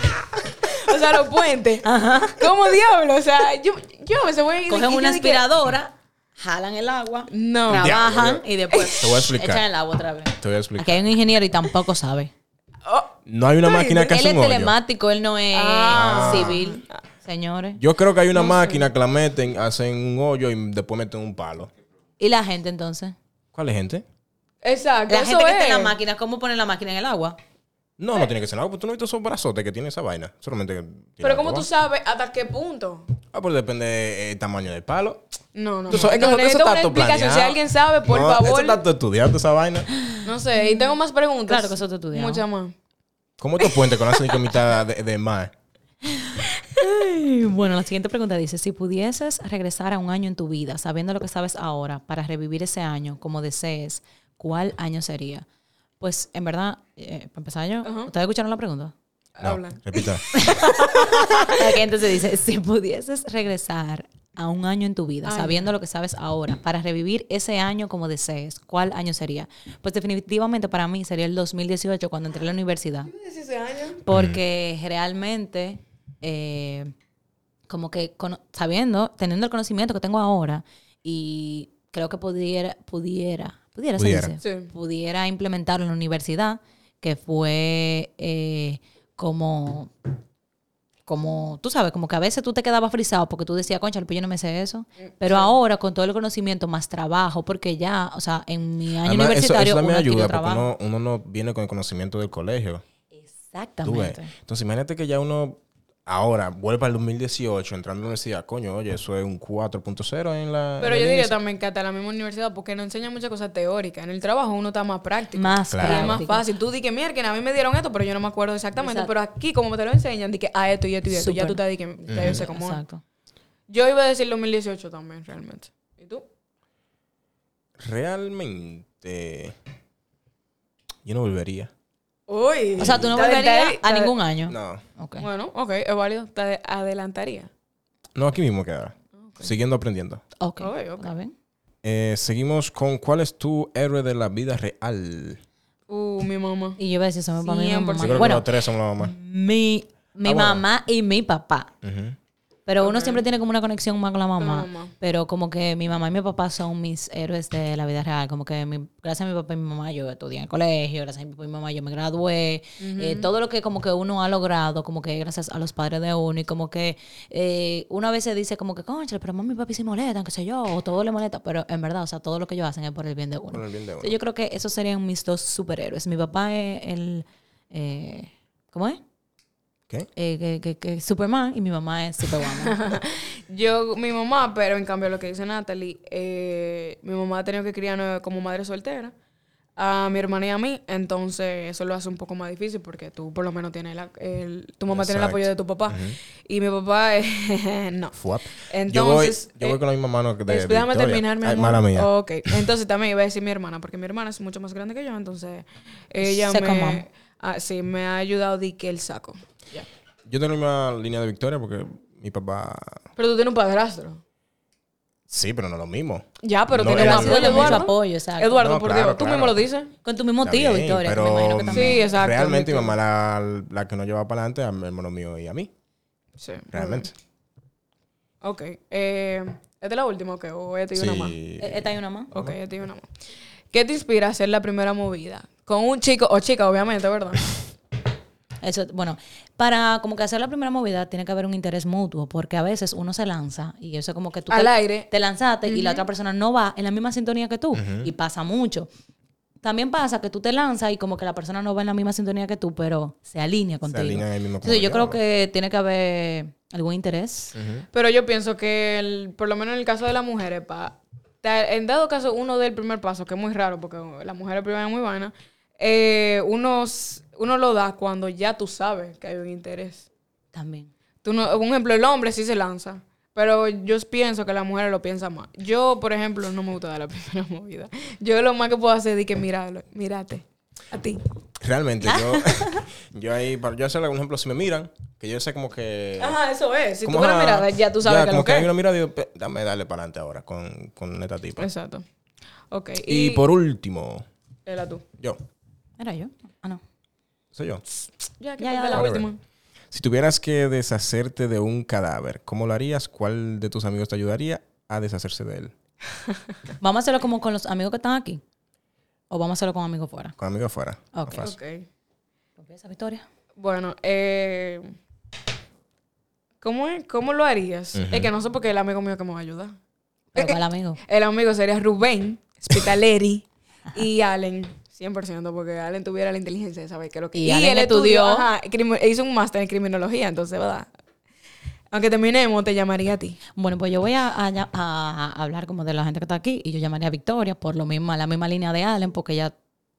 Speaker 2: O sea, los
Speaker 1: (laughs)
Speaker 2: puentes. ¿Cómo diablo? O sea, yo, yo a veces voy y- y
Speaker 1: Cogen
Speaker 2: yo
Speaker 1: una
Speaker 2: de que-
Speaker 1: aspiradora, jalan el agua,
Speaker 2: No.
Speaker 1: trabajan
Speaker 3: Diablo.
Speaker 1: y después
Speaker 3: Te voy a explicar.
Speaker 1: echan el agua otra vez.
Speaker 3: Te voy a explicar.
Speaker 1: Aquí hay un ingeniero y tampoco sabe.
Speaker 2: Oh,
Speaker 3: No hay una máquina que
Speaker 1: Él
Speaker 3: hace
Speaker 1: es
Speaker 3: un hoyo.
Speaker 1: telemático, él no es
Speaker 2: Ah.
Speaker 1: civil, señores.
Speaker 3: Yo creo que hay una máquina que la meten, hacen un hoyo y después meten un palo.
Speaker 1: ¿Y la gente entonces?
Speaker 3: ¿Cuál es, gente?
Speaker 2: exacto.
Speaker 1: La
Speaker 2: eso
Speaker 1: gente que está en
Speaker 2: es.
Speaker 1: la máquina, ¿cómo ponen la máquina en el agua?
Speaker 3: No, no tiene que ser nada, porque tú no viste esos brazotes que tiene esa vaina. Solamente que
Speaker 2: Pero
Speaker 3: tirar
Speaker 2: ¿cómo
Speaker 3: para
Speaker 2: tú
Speaker 3: abajo.
Speaker 2: sabes hasta qué punto?
Speaker 3: Ah, pues depende el tamaño del palo.
Speaker 2: No, no.
Speaker 3: Tú sabes que
Speaker 2: no,
Speaker 3: eso- eso
Speaker 2: necesito
Speaker 3: está
Speaker 2: una
Speaker 3: todo
Speaker 2: explicación. Si
Speaker 3: planeado.
Speaker 2: alguien sabe, por
Speaker 3: No, Eso
Speaker 2: favor.
Speaker 3: está todo estudiando esa vaina.
Speaker 2: No sé. Y tengo más preguntas.
Speaker 1: Claro que eso te estudiamos.
Speaker 2: Muchas más.
Speaker 3: ¿Cómo estos puentes que no hacen ni que mitad de, de mar?
Speaker 1: Bueno, la siguiente pregunta dice, si pudieses regresar a un año en tu vida, sabiendo lo que sabes ahora, para revivir ese año como desees, ¿cuál año sería? Pues, en verdad, eh, para empezar yo, ¿ustedes escucharon la pregunta?
Speaker 3: No,
Speaker 2: Habla. Ah,
Speaker 3: Repita.
Speaker 1: Ok, entonces dice, si pudieses regresar a un año en tu vida,
Speaker 2: Ay.
Speaker 1: sabiendo lo que sabes ahora, para revivir ese año como desees, ¿cuál año sería? Pues definitivamente para mí sería el 2018, cuando entré a la universidad. Porque realmente, eh, como que cono- sabiendo, teniendo el conocimiento que tengo ahora, y creo que pudiera, pudiera, pudiera, se
Speaker 3: Pudiera.
Speaker 1: dice,
Speaker 2: Sí.
Speaker 1: pudiera implementarlo en la universidad, que fue eh, como como, tú sabes, como que a veces tú te quedabas frisado porque tú decías, concha, el yo no me sé eso.
Speaker 2: Mm,
Speaker 1: Pero ahora, con todo el conocimiento, más trabajo, porque ya, o sea, en mi año
Speaker 3: Además, eso,
Speaker 1: universitario
Speaker 3: eso
Speaker 1: uno
Speaker 3: también
Speaker 1: adquirió
Speaker 3: ayuda, porque
Speaker 1: trabajo.
Speaker 3: uno, uno no viene con el conocimiento del colegio. Tú ves.
Speaker 1: Exactamente.
Speaker 3: Entonces, imagínate que ya uno ahora vuelva al 2018 entrando a la universidad. Coño, oye, eso es un 4.0 en la.
Speaker 2: Pero
Speaker 3: en
Speaker 2: yo
Speaker 3: el
Speaker 2: diría
Speaker 3: índice.
Speaker 2: también que hasta la misma universidad, porque no enseña muchas cosas teóricas. En el trabajo uno está más práctico.
Speaker 1: Más
Speaker 3: Claro.
Speaker 2: Y es más
Speaker 1: práctico.
Speaker 2: fácil. Tú di que mierda, que a mí me dieron esto, pero yo no me acuerdo exactamente.
Speaker 1: Exacto.
Speaker 2: Pero aquí, como te lo enseñan, di que a esto y esto y esto. Ya
Speaker 1: Súper.
Speaker 2: tú te di que ya yo sé cómo. es.
Speaker 1: Exacto.
Speaker 2: Yo iba a decir 2018 también, realmente. ¿Y tú?
Speaker 3: Realmente. Yo no volvería.
Speaker 2: Uy.
Speaker 1: O sea, tú no
Speaker 2: Te
Speaker 1: volverías
Speaker 2: adelantarí-
Speaker 1: a
Speaker 2: te-
Speaker 1: ningún año.
Speaker 3: No.
Speaker 1: Ok.
Speaker 2: Bueno, ok, es válido. Te ade- adelantaría.
Speaker 3: No, aquí mismo queda. Siguiendo aprendiendo.
Speaker 1: Ok.
Speaker 2: Ok, ok.
Speaker 1: ¿Está bien?
Speaker 3: Eh, seguimos con ¿Cuál es tu héroe de la vida real?
Speaker 2: Uh, mi mamá.
Speaker 1: Y yo iba a decir eso para mi
Speaker 2: 100%.
Speaker 1: mamá.
Speaker 3: Yo creo que
Speaker 1: Bueno,
Speaker 3: los tres somos la mamá.
Speaker 1: mi, mi
Speaker 3: Ah, bueno.
Speaker 1: mamá y mi papá.
Speaker 3: Ujú.
Speaker 1: Pero uno siempre tiene como una conexión más con la mamá.
Speaker 2: mamá.
Speaker 1: Pero como que mi mamá y mi papá son mis héroes de la vida real. Como que mi- gracias a mi papá y mi mamá yo estudié en el colegio, gracias a mi papá y mi mamá yo me gradué. Eh, todo lo que como que uno ha logrado, como que gracias a los padres de uno. Y como que eh, uno a veces dice como que, concha, pero mamá y papi se molestan, qué sé yo, o todo le molesta. Pero en verdad, o sea, todo lo que ellos hacen es por el bien de uno.
Speaker 3: Por el bien de uno.
Speaker 1: Entonces, yo creo que esos serían mis dos superhéroes. Mi papá es el... eh, ¿Cómo es?
Speaker 3: ¿Qué?
Speaker 1: eh, que, que- que es Superman y mi mamá es
Speaker 2: (laughs)
Speaker 1: Superwoman.
Speaker 2: Yo, mi mamá, pero en cambio lo que dice Natalie, eh, mi mamá ha tenido que criarnos como madre soltera a mi hermana y a mí, entonces eso lo hace un poco más difícil porque tú por lo menos tienes la- el, tu mamá tiene el
Speaker 3: Exacto.
Speaker 2: apoyo de tu papá y mi papá (laughs) eh, no.
Speaker 3: Fuap.
Speaker 2: Entonces,
Speaker 3: yo voy, yo voy
Speaker 2: eh,
Speaker 3: con la misma mano que de
Speaker 2: Es- déjame
Speaker 3: Victoria.
Speaker 2: terminar, mi
Speaker 3: Ay,
Speaker 2: amor. Oh.
Speaker 3: mala mía.
Speaker 2: Ok. Entonces también iba a decir mi hermana, porque mi hermana es mucho más grande que yo, entonces ella
Speaker 1: Second mom.
Speaker 2: me... ah, sí, me ha ayudado de que el saco.
Speaker 3: Yo tengo la misma línea de victoria porque mi papá.
Speaker 2: Pero tú tienes un padrastro.
Speaker 3: Sí, pero no lo mismo.
Speaker 2: Ya, pero
Speaker 3: No,
Speaker 2: tiene
Speaker 3: él
Speaker 2: un
Speaker 3: hace
Speaker 2: apoyo,
Speaker 3: lo mismo.
Speaker 2: Eduardo.
Speaker 1: Apoyo, exacto.
Speaker 2: Eduardo,
Speaker 3: No,
Speaker 2: por
Speaker 3: claro,
Speaker 2: Dios. Tú
Speaker 3: claro.
Speaker 2: mismo lo dices.
Speaker 1: Con tu mismo
Speaker 3: Está
Speaker 1: tío,
Speaker 3: bien,
Speaker 1: Victoria. que
Speaker 3: pero-
Speaker 1: me imagino que también.
Speaker 2: Sí, exacto.
Speaker 3: Realmente mi mamá la, la que nos llevaba para adelante a mi hermano mío y a mí.
Speaker 2: Sí.
Speaker 3: Realmente.
Speaker 2: Ok. Eh, ¿Esta es la última ok? o ella te dio una más?
Speaker 3: Sí.
Speaker 1: Eh, Esta hay una más.
Speaker 2: Ok, ella te dio una más. ¿Qué te inspira a hacer la primera movida? Con un chico o chica, obviamente, ¿verdad?
Speaker 1: Eso, bueno, para como que hacer la primera movida tiene que haber un interés mutuo, porque a veces uno se lanza y eso es como que tú
Speaker 2: Al
Speaker 1: te,
Speaker 2: aire.
Speaker 1: te lanzaste y la otra persona no va en la misma sintonía que tú y pasa mucho. También pasa que tú te lanzas y como que la persona no va en la misma sintonía que tú, pero se alinea contigo.
Speaker 3: alinea en el mismo
Speaker 1: Entonces, yo creo
Speaker 3: camino,
Speaker 1: que tiene que haber algún interés.
Speaker 2: Pero yo pienso que, el- por lo menos en el caso de las mujeres, pa, ta- en dado caso uno del primer paso, que es muy raro porque las mujeres primero es muy vanas, eh, uno, s- uno lo da cuando ya tú sabes que hay un interés.
Speaker 1: También.
Speaker 2: Tú no, un ejemplo, el hombre sí se lanza. Pero yo pienso que las mujeres lo piensan más. Yo, por ejemplo, no me gusta dar la (laughs) primera movida. Yo lo más que puedo hacer es que mirarlo, mírate. A ti.
Speaker 3: Realmente, yo, yo (laughs) ahí, para yo hacer algún ejemplo, si me miran, que yo sé como que.
Speaker 2: Ajá, eso es. Si tú
Speaker 3: como,
Speaker 2: ves la
Speaker 3: ajá,
Speaker 2: mirada, ya tú sabes que
Speaker 3: como
Speaker 2: lo que
Speaker 3: hay
Speaker 2: es.
Speaker 3: una mirada y digo, "Pe- dame darle para adelante ahora con, con esta tipa.
Speaker 2: Exacto. Ok.
Speaker 3: y por último,
Speaker 2: Era tú.
Speaker 3: yo,
Speaker 1: Era yo. Ah, no.
Speaker 3: soy yo.
Speaker 2: Ya, que
Speaker 1: Ya, ya,
Speaker 2: falta la
Speaker 3: whatever.
Speaker 2: última.
Speaker 3: Si tuvieras que deshacerte de un cadáver, ¿cómo lo harías? ¿Cuál de tus amigos te ayudaría a deshacerse de él?
Speaker 1: Vamos a hacerlo como con los amigos que están aquí. O vamos a hacerlo con amigos fuera.
Speaker 3: Con amigos afuera. más
Speaker 1: Ok.
Speaker 3: fácil.
Speaker 2: Ok.
Speaker 1: Empieza, Victoria.
Speaker 2: Bueno, eh, ¿cómo, es? ¿cómo lo harías? Es que no sé por qué el amigo mío que me va a ayudar.
Speaker 1: Pero para el amigo.
Speaker 2: El amigo sería Rubén, Spitaleri y Allen. 100%, porque Allen tuviera la inteligencia de saber qué es lo que...
Speaker 1: Y Allen estudió.
Speaker 2: ajá, crimi- hizo un máster en criminología, entonces, ¿verdad? Aunque terminemos, te llamaría a ti.
Speaker 1: Bueno, pues yo voy a, a lla- a hablar como de la gente que está aquí y yo llamaría a Victoria por lo mismo, la misma línea de Allen, porque ella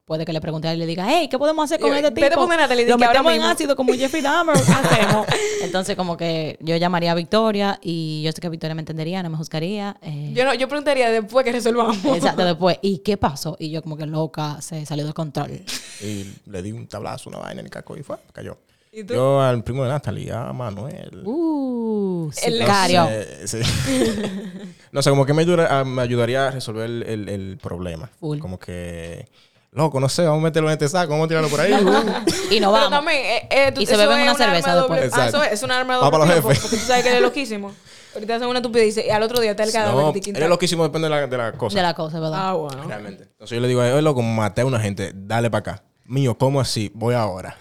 Speaker 1: puede que le pregunte a él y le diga, hey, ¿qué podemos hacer con
Speaker 2: Yo,
Speaker 1: este
Speaker 2: vete
Speaker 1: tipo?
Speaker 2: a poner a Natalie, di
Speaker 1: lo
Speaker 2: que ahora
Speaker 1: metemos en
Speaker 2: mismo".
Speaker 1: ácido como Jeffrey
Speaker 2: (laughs)
Speaker 1: Dahmer, ¿qué hacemos? Entonces, como que yo llamaría a Victoria y yo sé que Victoria me entendería, no me juzgaría. eh,
Speaker 2: Yo, no, yo preguntaría después que resolvamos.
Speaker 1: Exacto, después, ¿y qué pasó? Y yo como que loca, se salió de control.
Speaker 3: Y le di un tablazo, una vaina en el casco y fue, cayó.
Speaker 2: ¿Y tú?
Speaker 3: Yo al primo de Natalie, a Manuel.
Speaker 1: Uh,
Speaker 2: El-
Speaker 1: sicario.
Speaker 3: No sé, sí. (laughs) no sé, como que me, ayuda- ah, me ayudaría a resolver el, el- el problema.
Speaker 1: Full.
Speaker 3: Como que, loco, no sé, vamos a meterlo en este saco, vamos a tirarlo por
Speaker 1: (laughs)
Speaker 3: ahí. uh.
Speaker 1: Y no
Speaker 2: Pero
Speaker 1: vamos.
Speaker 2: también, eh, eh, tú-
Speaker 1: Y se
Speaker 2: eso
Speaker 1: beben
Speaker 2: es
Speaker 1: una
Speaker 2: un arma
Speaker 1: cerveza
Speaker 2: de
Speaker 1: después.
Speaker 2: doble- ah, eso
Speaker 3: Exacto.
Speaker 2: es, es un arma de
Speaker 3: Va
Speaker 2: doble
Speaker 3: para los
Speaker 2: filo,
Speaker 3: jefes.
Speaker 2: Porque tú sabes que él es loquísimo. Ahorita hacen una estupidez y al otro
Speaker 3: (laughs)
Speaker 2: día está el cadáver.
Speaker 3: no,
Speaker 2: tiquín,
Speaker 3: él
Speaker 2: tac.
Speaker 3: es loquísimo, depende de la, de la cosa.
Speaker 1: De la cosa, ¿verdad?
Speaker 2: Ah, bueno.
Speaker 3: Realmente. Entonces yo le digo a él, "Oye, loco, maté a una gente, dale para acá. Mío, ¿cómo así?
Speaker 1: (laughs)
Speaker 3: Voy ahora.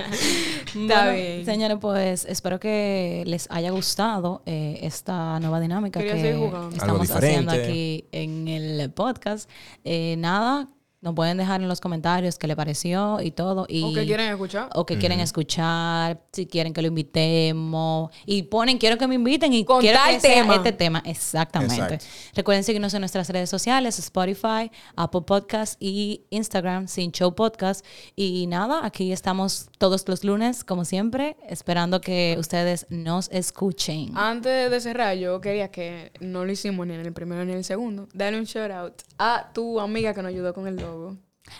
Speaker 2: Está bien.
Speaker 1: Señores, pues espero que les haya gustado eh, esta nueva dinámica
Speaker 2: Quería
Speaker 1: que
Speaker 2: seguir jugando.
Speaker 1: estamos
Speaker 3: Algo
Speaker 1: haciendo
Speaker 3: diferente.
Speaker 1: aquí en el podcast. Eh, nada, nos pueden dejar en los comentarios qué le pareció y todo. Y,
Speaker 2: ¿O qué quieren escuchar?
Speaker 1: O que quieren escuchar, si quieren que lo invitemos. Y ponen, quiero que me inviten y
Speaker 2: Con
Speaker 1: quiero
Speaker 2: tal
Speaker 1: que sea
Speaker 2: tema.
Speaker 1: este tema. Exactamente.
Speaker 3: Exacto.
Speaker 1: Recuerden seguirnos en nuestras redes sociales, Spotify, Apple Podcast y Instagram, Sin Show Podcast. Y nada, aquí estamos todos los lunes, como siempre, esperando que ustedes nos escuchen.
Speaker 2: Antes de cerrar, yo quería que no lo hicimos ni en el primero ni en el segundo. Dale un shout out a tu amiga que nos ayudó con el logo.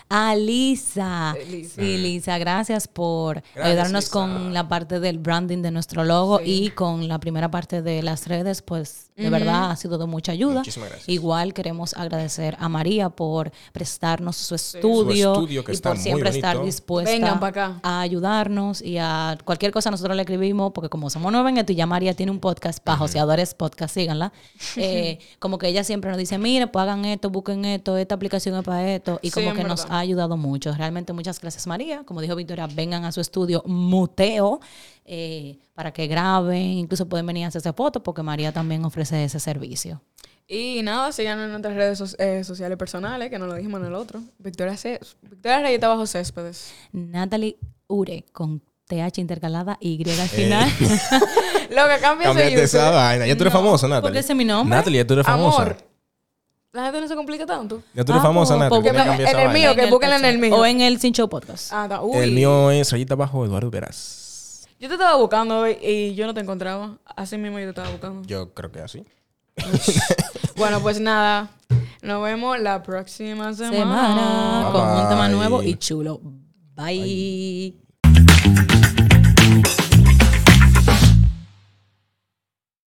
Speaker 1: A Lisa.
Speaker 2: Eh, Lisa.
Speaker 1: Sí, Lisa, gracias por ayudarnos
Speaker 3: Lisa.
Speaker 1: con la parte del branding de nuestro logo y con la primera parte de las redes, pues de verdad ha sido de mucha ayuda.
Speaker 3: Muchísimas gracias.
Speaker 1: Igual queremos agradecer a María por prestarnos su estudio,
Speaker 3: Su estudio, que
Speaker 1: y
Speaker 3: está
Speaker 1: por
Speaker 3: muy
Speaker 1: siempre estar
Speaker 3: bonito.
Speaker 1: dispuesta
Speaker 2: Vengan pa' acá.
Speaker 1: a ayudarnos y a cualquier cosa nosotros le escribimos, porque como somos nueve en esto y ya María tiene un podcast para joseadores podcast,
Speaker 2: (laughs)
Speaker 1: síganla. Eh, como que ella siempre nos dice, mire, pues hagan esto, busquen esto, esta aplicación es para esto. Y
Speaker 2: Sí,
Speaker 1: como
Speaker 2: en
Speaker 1: que nos
Speaker 2: verdad.
Speaker 1: ha ayudado mucho. Realmente muchas gracias María. Como dijo Victoria, vengan a su estudio muteo eh, para que graben. Incluso pueden venir a hacerse fotos porque María también ofrece ese servicio.
Speaker 2: Y nada, síganos en nuestras redes so- eh, sociales personales, que no lo dijimos en el otro. Victoria, C Victoria Rayeta Bajo Céspedes. (laughs)
Speaker 1: Natalie Ure con TH intercalada Y al
Speaker 2: (laughs)
Speaker 1: final.
Speaker 2: Loca, cambia ese
Speaker 3: Cámbiate esa
Speaker 2: user.
Speaker 3: vaina. Ya tú eres famosa, Natalie.
Speaker 1: porque ese es mi nombre.
Speaker 3: Natalie, ya tú eres famosa.
Speaker 2: Amor. La gente no se complica tanto.
Speaker 3: Ya tú eres
Speaker 1: Ah,
Speaker 3: famosa,
Speaker 1: pues,
Speaker 3: Natalie.
Speaker 1: porque
Speaker 3: tienes que cambiar
Speaker 2: en
Speaker 3: esa
Speaker 2: el mío,
Speaker 3: vaina.
Speaker 2: que búsquenla en el mío.
Speaker 1: O (laughs) en el Sin Show Podcast.
Speaker 2: Ah, está- uy.
Speaker 3: El mío es rayita abajo, Eduardo Veras.
Speaker 2: Yo te estaba buscando hoy y yo no te encontraba. Así mismo yo te estaba
Speaker 3: (laughs)
Speaker 2: buscando.
Speaker 3: Yo creo que así.
Speaker 2: Bueno, pues nada. Nos vemos la próxima
Speaker 1: Semana
Speaker 3: Bye,
Speaker 1: con un tema
Speaker 3: bye.
Speaker 1: nuevo y chulo. Bye.